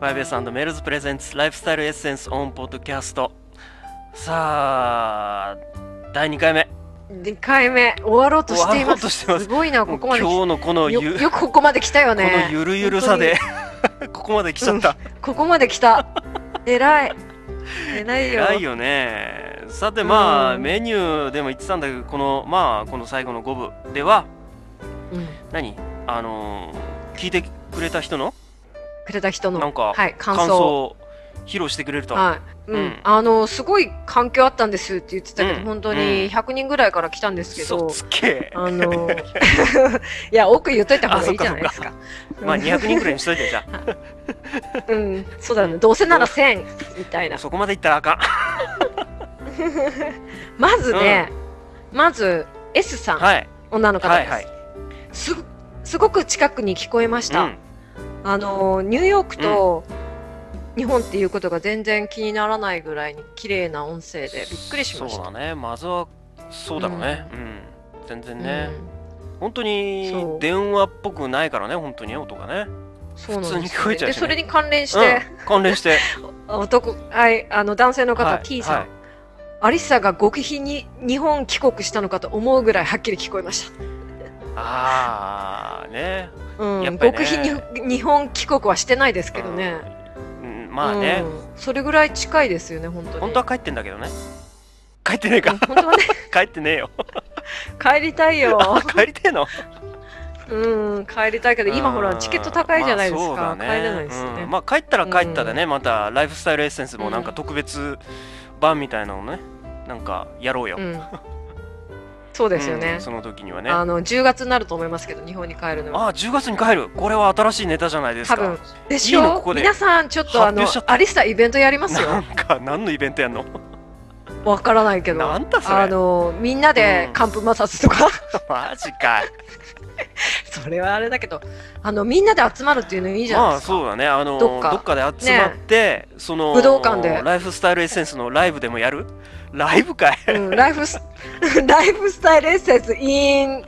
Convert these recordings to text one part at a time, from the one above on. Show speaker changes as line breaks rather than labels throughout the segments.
バイベスメルズプレゼンツライフスタイルエッセンスオンポッドキャストさあ第2回目
2回目終わろうとして
終
い
わろ
ま
う
す
としてます
すごいな
もう
ここまで
今日のこの
よ
ゆ
よくここまで来たよ
この
ね
ゆるゆるさで ここまで来ちゃった、
ここまで来た偉い偉いよ
偉いよねさてまあ、
うん
メニューでも言ってたんだけどこのまあこの最後の5部では
うん
何あのー聞いてくれた人の
くれた人
な
の
んか
はい、感
感想
想
を披露してくれると、
はいうん
うん
あのすごい環境あったんですって言ってたけど、
うん
本当
うん
に100人ぐらいから来たんですけ
そ
ど、
っつけ
あ のいや多く言っといた方がいいじゃないですか
まあ200人くらいにしといてじゃ
うんそうだねどうせなら1000みたいな
あそこまでいったらあかん
まずね、まず S さん、
はい
女の方
は
で
い
す、
はい
すすごく近くに聞こえま
う
した、
ん
あのニューヨークと日本っていうことが全然気にならないぐらいに綺麗な音声でびっくりしまし
そ
た
うだねまずはそうだろうねうん、全然ね、本当
そ
に
う
電話っぽくないからね本当にね音がね
うんそうなん
普通
で
に
す
聞
よ
こえ
ね
ちゃう
で
しね
それに関連して、
うん、関連 して
男はいあの男性の方、
はい
T さん、
はい
アリサが極秘に日本帰国したのかと思うぐらいはっきり聞こえまし
ああね
た、うん
やっぱりね
極秘に日本帰国はしてないですけどね、
うん、うんまあね、
うんそれぐらい近いですよね本当に
本当は帰ってんだけどね帰ってねえか、
うん本当はね
帰ってねえよ
帰りたいよ
あ帰りて えの
うん帰りたいけど今ほらチケット高いじゃないですか、
まあそうだ
帰れないですよね、
うんまあ帰ったら帰ったでね、またライフスタイルエッセンスもなんか特別版みたいなのねなんかやろうよ、
うん、そうですよね
うん、その時にはね
あ
あ
の10月になると思いますけど日本に帰るのは
あ10月に帰るこれは新しいネタじゃないですか
多分でし
いい
ょ
のここで
皆さんちょっとあ
発
の
表しちゃった
アリスタイベントやります
な
よ
んか何のイベントやんの
わからないけど
なんだそれ
あのみんなで
うん
寒風摩擦とか
マジかい
それはあれだけどあのみんなで集まるっていうのいいじゃない
ま
で
あ
すか、
そうだねあのど
ど
っ
っか
かで集まって、その
武道館で
ライフスタイルエッセンスのライブでもやるライブかい
うん、ライフス ライフスタイルエッセンス in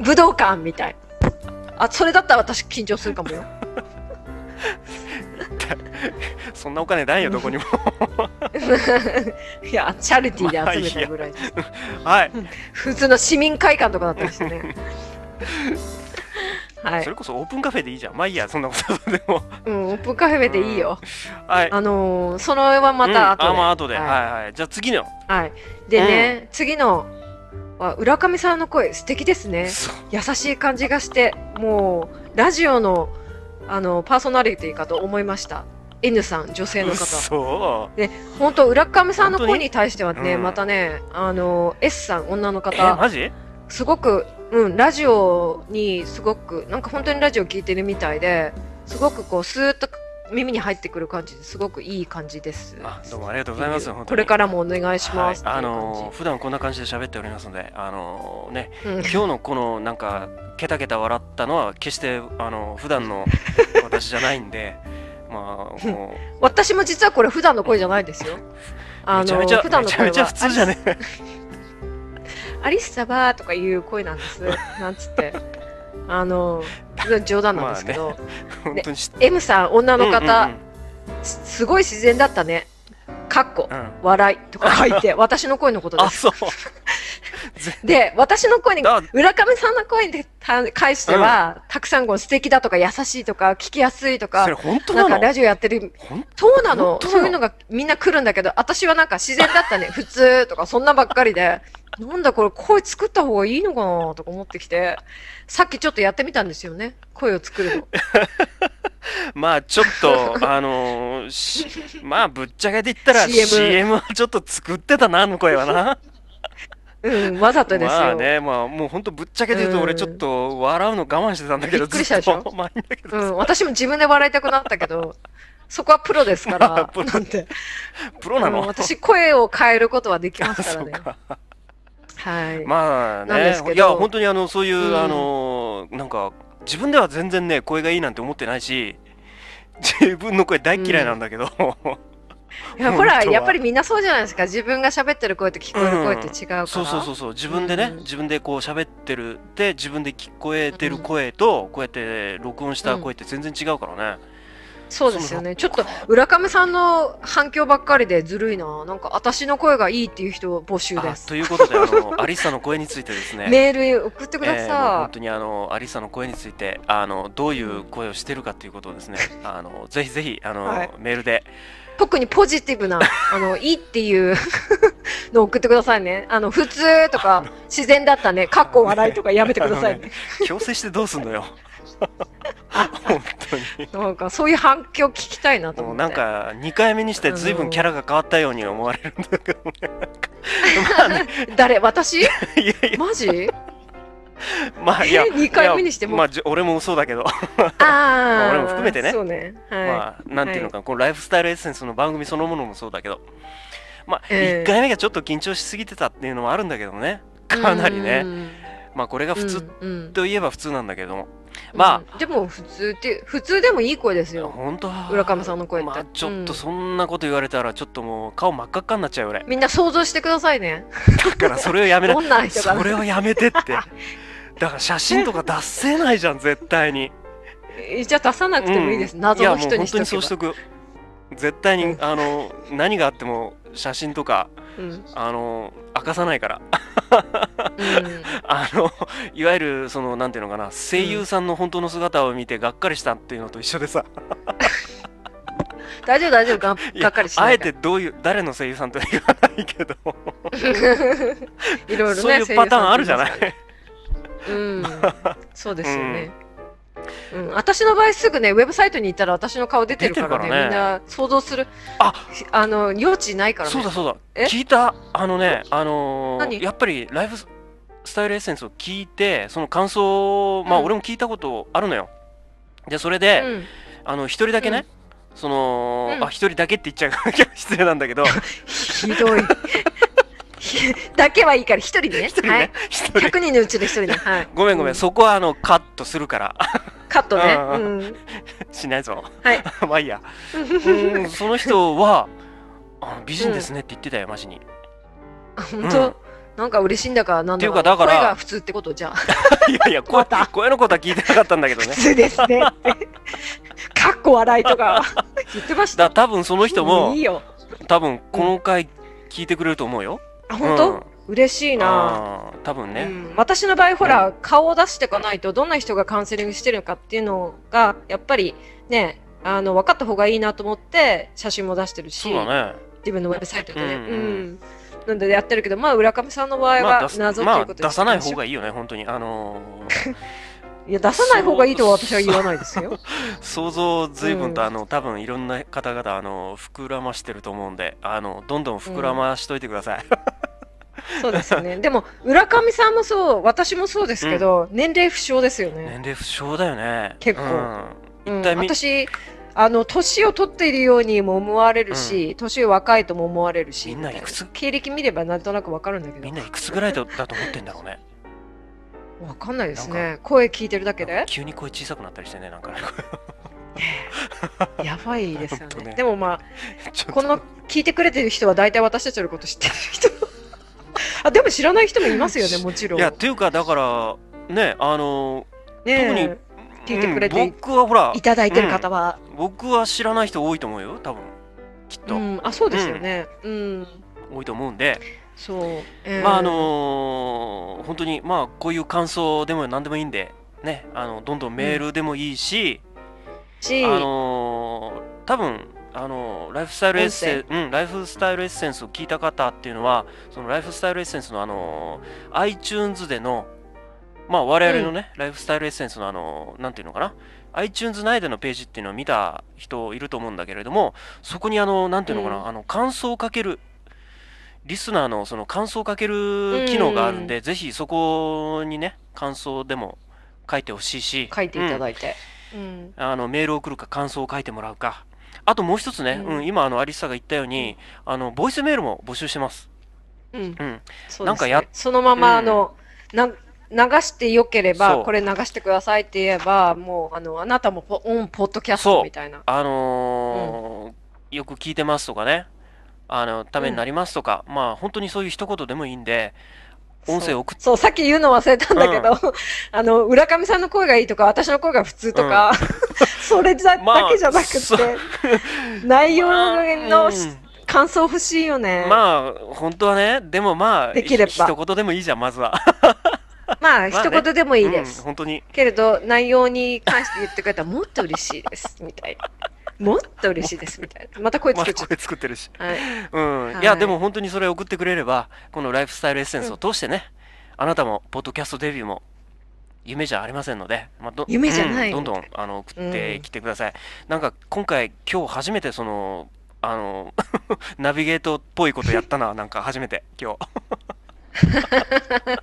武道館みたいあそれだったら私緊張するかもよ
そんなお金ないよどこにも
いや、チャリティーで集めたぐらいです。
はい、
普通の市民会館とかだったりし てね。はい
そ、れこそオープンカフェでいいじゃんまあいいやそんなことで も
うん、オープンカフェでいいよ。
はい
あのーそれはまた後で。
うんあまあ後で、は、
はいい
はいじゃあ次の
はい、でね、次の。は浦上さんの声素敵ですね
そう
優しい感じがしてもうラジオのあのパーソナリティかと思いました N さん女性の方
そう
本当浦上さんの
本当
声
に
に対してはね、
うん
またねあの S さん女の
え
方
マジ
すごく、うん、ラジオにすごくなんか本当にラジオ聞いてるみたいですごくこうスーッと耳に入ってくる感じですごくいい感じです。
あどうもありがとうございます本当に
これ
ら
からもお願いします。
はい、あ
ってい
の
う
ー普段こんな感じで喋っておりますのであのーね
感じ
今日のこのなんかケタケタ笑ったのは決してあの普段 の私じゃないんでまあも
うん私も実はこれ普段の声じゃないですよ。
う
あ
めちゃ
の
めちゃ
普段
め
の
ちゃめ
声
ちゃ
は
普通じゃねえ
アリス様とかいう声なんです。なんつって。あの冗談なんですけど、
本当に知っ
M さん
た
女の方、すすごい自然だったね。かっこ
うんうんうんうん
笑いとか 書いて私の声のことで
あ
す。
そ う
で、私の声に、
だ
浦上さんの声に返しては、たくさんこう素敵だとか優しいとか聞きやすいと
それ
か、
本当
なん
な
か
の
ラジオやってる、
ほん
そうな
本
の
当なの
そういうのがみんな来るんだけど、私はなんか自然だったね、 普通とかそんなばっかりで、なんだこれ声作った方がいいのかなとか思ってきて、さっきちょっとやってみたんですよね、声を作 るの。
まあちょっとあのーしまあぶっちゃけて言ったら
CM
CM はちょっと作ってたなあの声はな
うん、わざとですよ。
まあねまあもう本当ぶっちゃけて言うと
うん
俺ちょっと笑うの我慢してたんだけど
びっくりしたでしょ
ずっと前だけど
うん、私も自分で笑いたくなったけど、そこはプロですから、
プロ
なんて。
プロなの
うん私、声を変えることはできますか
そ
ら
う
ね。
か
はい。
まあ
なんで
ね
すけど
いや本当にあのそういう、
うん
あのなんか自分では全然ね声がいいなんて思ってないし自分の声大嫌いなんだけど、
いやほら
本当は
やっぱりみんなそうじゃないですか自分が喋ってる声と聞こえる声って違うから、
そうそうそうそう自分でね、
うん
自分でこう喋ってるで自分で聞こえてる声と、こうやって録音した声って全然違うからね、
そうですよね。ちょっと、浦上さんの反響ばっかりでずるいな。なんか、私の声がいいっていう人募集で
あ
す
と。いうことで、あの、アリッサの声についてですね。
メール送ってくだ
えーもう本
さい。
当にあのアリサの声についてあのどういう声をしてるかということをですねあのぜひぜひあの、
はい
メールで
特にポジティ ブな、あの、いいっていう の送ってくださいね。あの、普通とか、自然だったね、かっこ笑いとかやめてくださいね。
強制してどうすんのよ本当に
なんか、そういう反響聞きたいなと
も
思
う
って。
なんか2回目にして随分キャラが変わったように思われるんだけどねまあね
誰私
いやいや
マジ
まあいや
二回目にして
い
も
やまあじ俺もそうだけど、
ああ。
俺も含めてね
そうね。はい。
まあなんていうのか、このライフスタイルエッセンスの番組そのものもそうだけどまあ、
ええ
1回目がちょっと緊張しすぎてたっていうのもあるんだけどねかなりね、
うん。
まあこれが普通
うんうん
といえば普通なんだけどもま
あ、でも普通って、普通でもいい声ですよ。
本当
浦上さんの声って。
まあ、ちょっと
うん
そんなこと言われたらちょっともう顔真っ赤っかになっちゃう よ俺
みんな想像してくださいね。
だからそれをやめな
どんな人か
それをやめてってだから写真とか出せないじゃん絶対に
じゃあ出さなくてもいいです。謎の人
いやもう本
にし
当
と
にそうし
け
と
ば。
く絶対に
う
あの何があっても写真とか
うん。う
あの明かさないから
ん
あのいわゆるそのなんていうのかな声優さんの本当の姿を見てがっかりしたっていうのと一緒でさ
大丈夫大丈夫が
い
が
や
っかりし
あ
ない
え
か
て
ら。
どういう誰の声優さんとは言わないけど
いろいろね。
そういうパターンあるじゃないい
うん。 そうですよね。うん、私の場合すぐね、ウェブサイトに行ったら私の顔出てるからね、
出てるからね
みんな想像する、
あ
あの、余地ないからね。
そうだそう
え
だ聞いたあのねあのー
何
やっぱりライフスタイルエッセンスを聞いてその感想をまあ
うん
俺も聞いたことあるのよ、でそれで、
うん、
あの一人だけね、その、
うん
あ一人だけって言っちゃう 失礼なんだけど
ひどい。ひ だけはいいから、一人でね。
一人
はい
ね。一、人
100人のうちの一人ね。はい。
ごめんごめん、
う
そこはあのカットするから
カットね。
う
うん。
しないぞ
はい。
まあいいやうんその人はあの美人ですねって言ってたよマジに、
あ
うん
本当、なんか嬉しいんだか、なんだ
っていうかだから
声が普通ってことじゃあ。
いやいや声声のことは聞いてなかったんだけどね
普通です ねって。かっこ笑いとか言ってまし
だ
た。
から多分その人も
いいよ。
多分この回聞いてくれると思うよ。
あ、本当、嬉しいな。
あー多分
う
ね。
ん、私の場合、ほら、顔を出していかないと、どんな人がカウンセリングしてるのかっていうのが、やっぱりね、あの分かった方がいいなと思って、写真も出してるし、
そうだね。
自分のウェブサイトでね。
うん
う
うんん
なんでやってるけど、まあ、浦上さんの場合は
出す
謎って
ま
いう
あ
こと
出さない方
い
がいいよね、本当に。あの ー
い。いや、出さない方がいいとは私は言わないですよ。
想像随分と、
うん
あの多分いろんな方々あの膨らましてると思うんで、あのどんどん膨らましといてください。
そうで すよね。でも、浦上さんもそう、私もそうですけど、年齢不詳ですよね。
年齢不詳だよね。
結構
うん
うん
一体み
私、あの、年を取っているようにも思われるし、年若いとも思われるし、
みんな
みたい
いくつ
経歴見ればなんとなくわかるんだけ
みん
ど、
ないくつぐらいだだと思ってんだ ろうね。
わかんないです
な
ね。声聞いてるだけ
なん
で
か。急に声小さくなったりしてね、なんかね。
やばいですよ
本当
ね。
ね
でもまあ、
ちょっ
ことの聞いてくれてる人は大体私たちのこと知ってる人 あでも知らない人もいますよねもちろん
いやっていうかだからねあの
ね
ー
聞いてくれて
うん僕はほら
えいただいてる方は、
僕は知らない人多いと思うよ多分きっ
う
と、
んあそうですよねうん、
多いと思うんで、
そう、えー
まああのー本当にまあこういう感想でも何でもいいんでねあのどんどんメールでもいいし、
し、
あのー多分あのーライフスタイルエッセ
音
うん、ライフスタイルエッセンスを聞いた方っていうのはそのライフスタイルエッセンスのあのー iTunes でのまあ我々のね、ライフスタイルエッセンスのあのーなんていうのかな iTunes 内でのページっていうのを見た人いると思うんだけれどもそこにあのなんていうのかな、
うん
あの感想をかけるリスナーのその感想をかける機能があるんで、ぜひそこにね感想でも書いてほしいし
書いていた
うん
だいて、うん
あのメールを送るか感想を書いてもらうかあともう一つね、
う
うんん今あのアリッサが言ったように、あのボイスメールも募集してます、
うん
うん、
そうですね
なんかや
そのままあの、な流してよけれ
そ
ば
う
これ流してくださいって言えばもうあのあなたもポオンポッドキャストみたいな
あのーよく聞いてますとかねあのためになりますとか、まあ本当にそういう一言でもいいんで音声送っ
そう、さっき言うの忘れたんだけど、 あの、浦上さんの声がいいとか、私の声が普通とか、 それだ,、
まあ
けじゃなく
そ
て、内容のし感想欲しいよね。ま
まあ、本当はね、でもまあ、
できれば
ひ一言でもいいじゃん、まずは。
あ、
まあね
一言でもいいです。
うん、本当に。
けれど、内容に関して言ってくれたら、もっと嬉しいです、みたい な。もっと嬉しいです、みたいな。また声
まあ、
作っちゃっ
声作ってるし。
た。はい。
うん。い、
はい
や、でも本当にそれ送ってくれれば、このライフスタイルエッセンスを通してね、あなたも、ポッドキャストデビューも、夢じゃありませんので、まあ、ど
夢じゃな
う
い
んどんどんあの送ってきてください。なんか、今回、今日初めて、その、あの、ナビゲートっぽいことやった な、なんか初めて、今日。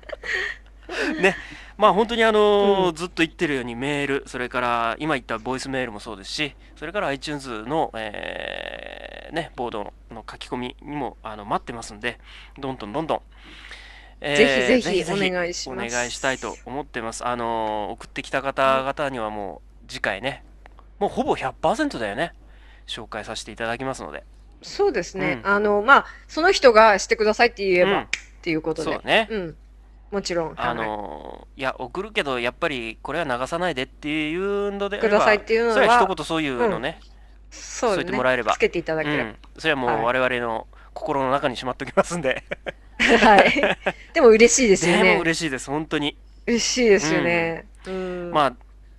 ね、まあ本当にあのー
う
ずっと言ってるようにメール、それから今言ったボイスメールもそうですし、それから iTunes の、えーね、ボードの書き込みにもあの待ってますんで、どんどんどんどん、えー
ぜひぜひお願いし
お
ます。
願いしたいと思ってます。あのー送ってきた方々にはもう次回ね、もうほぼ100%だよね、紹介させていただきますので。
そうですね。
うん
あの、まあ、その人がしてくださいって言えば、
うん
っていうこと
そ
で
う。ね。
うん。もちろん。
あ
はい
のーいや、送るけど、やっぱりこれは流さないでっていうのであれば
くださいっていうのは
それは一言そういうのね、
そう
添え
ね
てもらえれば
つけていただ
う
ければ。
ん、それはもう我々の心の中にしまっときますんで、
はい。でも嬉しいですよ
でも
ね。
嬉しいです、本当に。
嬉しいですよね。うん。
まあ、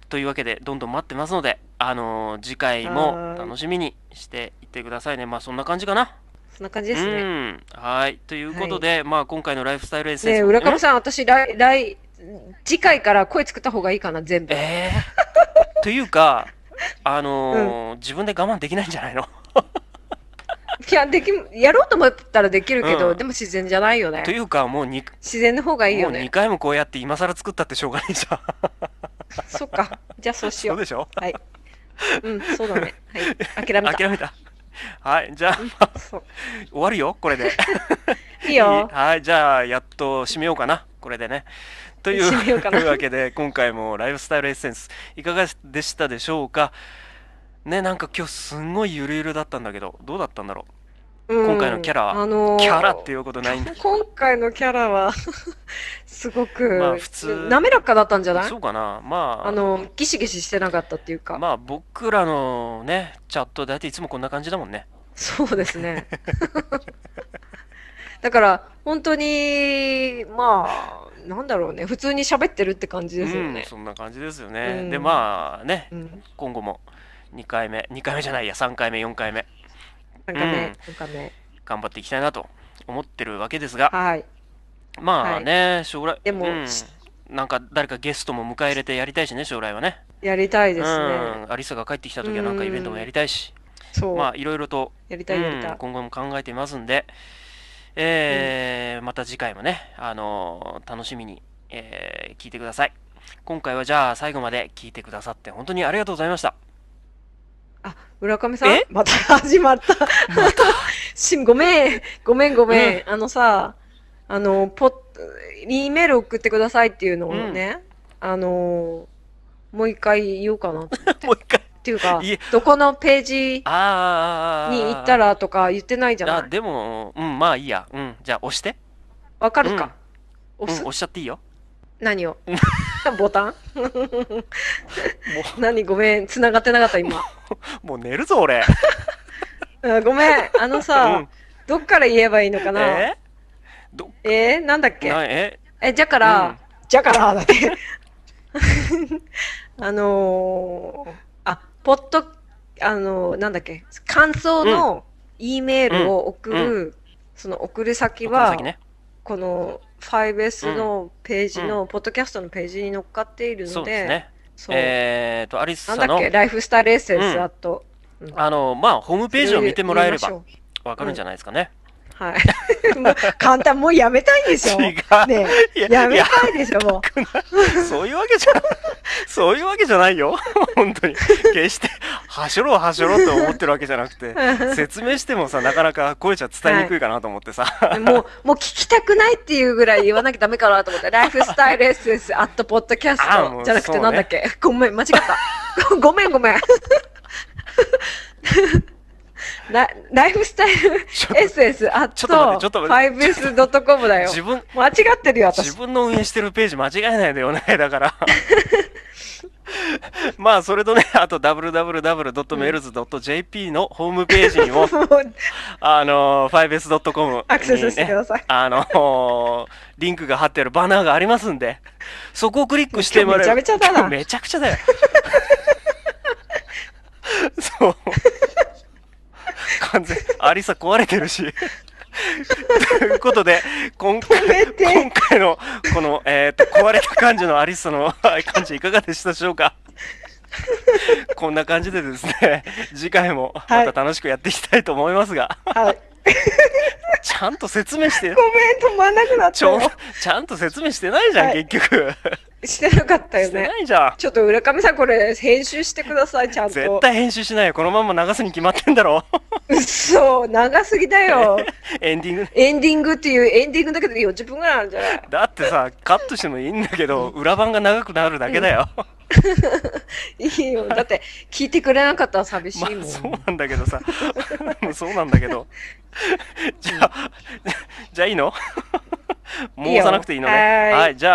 というわけで、どんどん待ってますので、あのー次回も
はーい
楽しみにしていってくださいね。まあ、そんな感じかな。
そんな感じですね。
うん。はい。ということで、まあ、今回のライフスタイルエッセン
ね
ス
え
も。
浦上
ん
さん、私、来、来、次回から声作った方がいいかな、全部。
えーというか、あのー自分で我慢できないんじゃないの
いや、でき、やろうと思ったらできるけど、
うん
でも自然じゃないよね
と。いうか、もうに
自然の方がいい
も
よ
う2
ね。
回もこうやって今更作ったってしょうがないじゃん。
そっか。じゃあそうし
そ
よ
う
う。
でしょ
はい。うん、そうだね。はい。諦めた。
諦めた。はい。じゃ あ、
そう。
終わるよ、これで。
いいよ。
はい。じゃあ、やっと締めようかな、これでね。という
締めようかな
というわけで、今回もライフスタイルエッセンス、いかがでしたでしょうかね、なんか今日すんごいゆるゆるだったんだけど、どうだったんだろ今回のキャラは
あのー
う。キャラっていうことないんだ
今回のキャ ラはすごく、
まあ普通
滑らかだったんじゃない
そうかな。まあ、
あのギシギシしてなかったっていうか、
まあ僕らのね、チャット大体いつもこんな感じだもんね。
そうですね だから本当にまあなんだろうね普通に喋ってるって感じですよ
うん、
ね、
そんな感じですよね。
うん
で、まあね
う、ん、
今後も2回目、2回目じゃないや、3回目、4回目、
なんかね、なんかね
頑張っていきたいなと思ってるわけですが、
はい
まあね、将来、
でも
うんなんか誰かゲストも迎え入れてやりたいしね、将来はね。
やりたいですね、
うん、アリサが帰ってきた時はなんかイベントもやりたいし、
そう、
まあいろいろと、
やりたいやりたい、
うん今後も考えていますんで、えーまた次回もね、あのー楽しみに、えー聞いてください。今回はじゃあ最後まで聞いてくださって本当にありがとうございま した。
あ村上さん
え
また始まったし ごめんごめんごめん、あのさあのポッ E メール送ってくださいっていうのをね、あのもう一回言おうかなっ
もう一回。
ていう か
いえ
どこのページ
あーあーあ
に
ーあー
行ったらとか言ってないじゃ
あ
ない
でも、うん、まあいいや。うん、じゃあ押して。
わかるか、
うん、
押す
押しちゃっていいよ。
何をボタン
も
何ごめん繋がってなかった 今、
う、もう寝るぞ、俺。
うんごめんあのさ、
うん
どっから言えばいいのかな
え
え
どっ
ーなんだっけ
なえ
えじゃか、
から
じゃからだけ。 あのーあ、ポッド、あのーなんだっけ、感想の E メールを送る、その送る先は、
先ね、
この 5S のページの、ポッドキャストのページに乗っかっている
そ
の
うです
で、
ね。
そう
えっと、アリサ
なんだっ
の
け、、ライフスタイルエッセン
う
ス
ん
あと、
あの、まあ、ホームページを見てもらえれ
そ
ば
れ入れまし
わかるんじゃないですかね。
ょうはい。 もう簡単、もうやめたいんでし ょ。
違
ね
う。
え
いや
や
い
め
や
たいでしょ、もう。
そういうわ けじゃ、そういうわけじゃないよ。 本当に。決して、はしょろうはしょろうと思ってるわけじゃなく て、説明してもさ、なかなか声じゃ伝えにくいかなと思ってさ。
もう、もう聞きたくないっていうぐらい言わなきゃダメかなと思って、ライフスタイルエッセンスアットポッドキャス
あもう
トじゃなく
そ
て
うね
なんだっけ、 ごめん、間違った。ごめん、ごめん。ラライフスタイル
ちょ
SS あ
ちょっと待ってちょっと待
5s.com だよ。
自分、
間違ってるよ、私
自。分の運営してるページ間違えないでよね、だから。まあ、それとね、あと www.mails.jp のホームページにも、
もう
あのー、5s.com に、ね、
アクセスしてください。
あのーリンクが貼ってあるバナーがありますんで、そこをクリックしてもらえ
めちゃめちゃだな
めちゃくちゃだよ。そう。完全、アリサ壊れてるし。ということで、今回
止めて
今回のこの、えー、と壊れた感じのアリサの感じいかがでしたでしょうかこんな感じでですね、次回もまた楽しくやっていきたいと思います が、
はい。
ちゃんと説明して
ごめん、止まんなくなっ
ち
たよ
ょ。ちゃんと説明してないじゃん、
はい
結局。
してなかったよ
して
ね。
ないじゃん。
ちょっと浦上さん、これ、編集してください、ちゃん
絶
と。
対編集しないよ。このまま流すに決まってんだろ。
そう、長すぎだよ。
エンディング。
エンディングっていう、エンディングだけで40分ぐらいあるんじゃない
だってさ、カットしてもいいんだけど、裏版が長くなるだけだよ。
いいよ。 だって、聞いてくれなかったら寂しい
ま
もん。
あ、そうなんだけどさ。 そうなんだけ ど。じゃあ、じゃあいいのもう押さなくていいのね。
いいよはーい
じゃ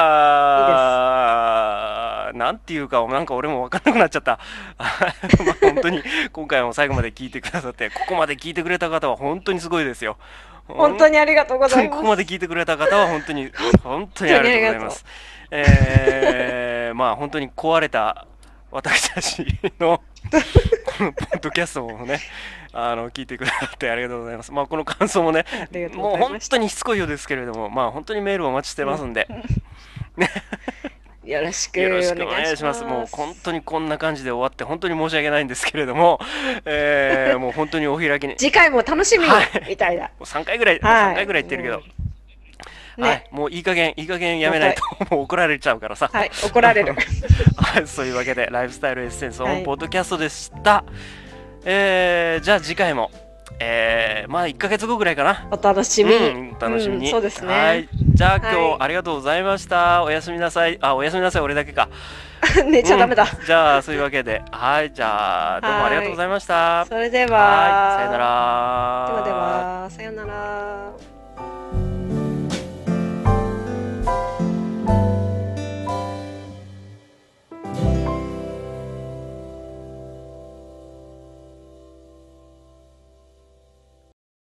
あなんていうか、なんか俺も分かんなくなっちゃった。 はいまあ本当 に、今回も最後まで聞いてくださって、ここまで聞いてくれた方は本当にすごいですよ。
本当にありがとうご
本当
ざい
に
ま
こ
す。
こまで聞いてくれた方は本当 に、本当にありがとうございます。えー、ま あ本当に壊れた私たち のこのポッドキャストをね、あの聞いてくださってありがとうございます。まあこの感想もね
ありが、とう
も
ご
う
ざいました
本当にしつこいようですけれども、まあ本当にメールをお待ちしてますんで、
よろし く
よろ
お願い
し
し
くお願い
ま
し
す。
ます。もう本当にこんな感じで終わって、本当に申し訳ないんですけれども、えー、もう本当にお開きに、
次回も楽しみに、
はい
みたいな。
3回ぐらい、
はい
3回ぐらい言ってるけど、
ね
はい、もういい加減、いい加減やめないと、もう怒られちゃうからさ。
はい、怒られる。
はい、 そういうわけで、ライフスタイルエッセンスオ
は
ン
い
ポッドキャストでした。えー、じゃあ次回も、えー、まあ1ヶ月後ぐらいかな。
お楽しみに。
うん、楽しみに、
うんそうですね
はい。じゃあ今日
はい
ありがとうございました。おやすみなさい。あ、おやすみなさい。俺だけか。
寝ちゃダメだ。
うんじゃあそういうわけで、はい、じゃあどうもありがとうございました。
それでは。
はい、さよなら。
ではでは、さよなら。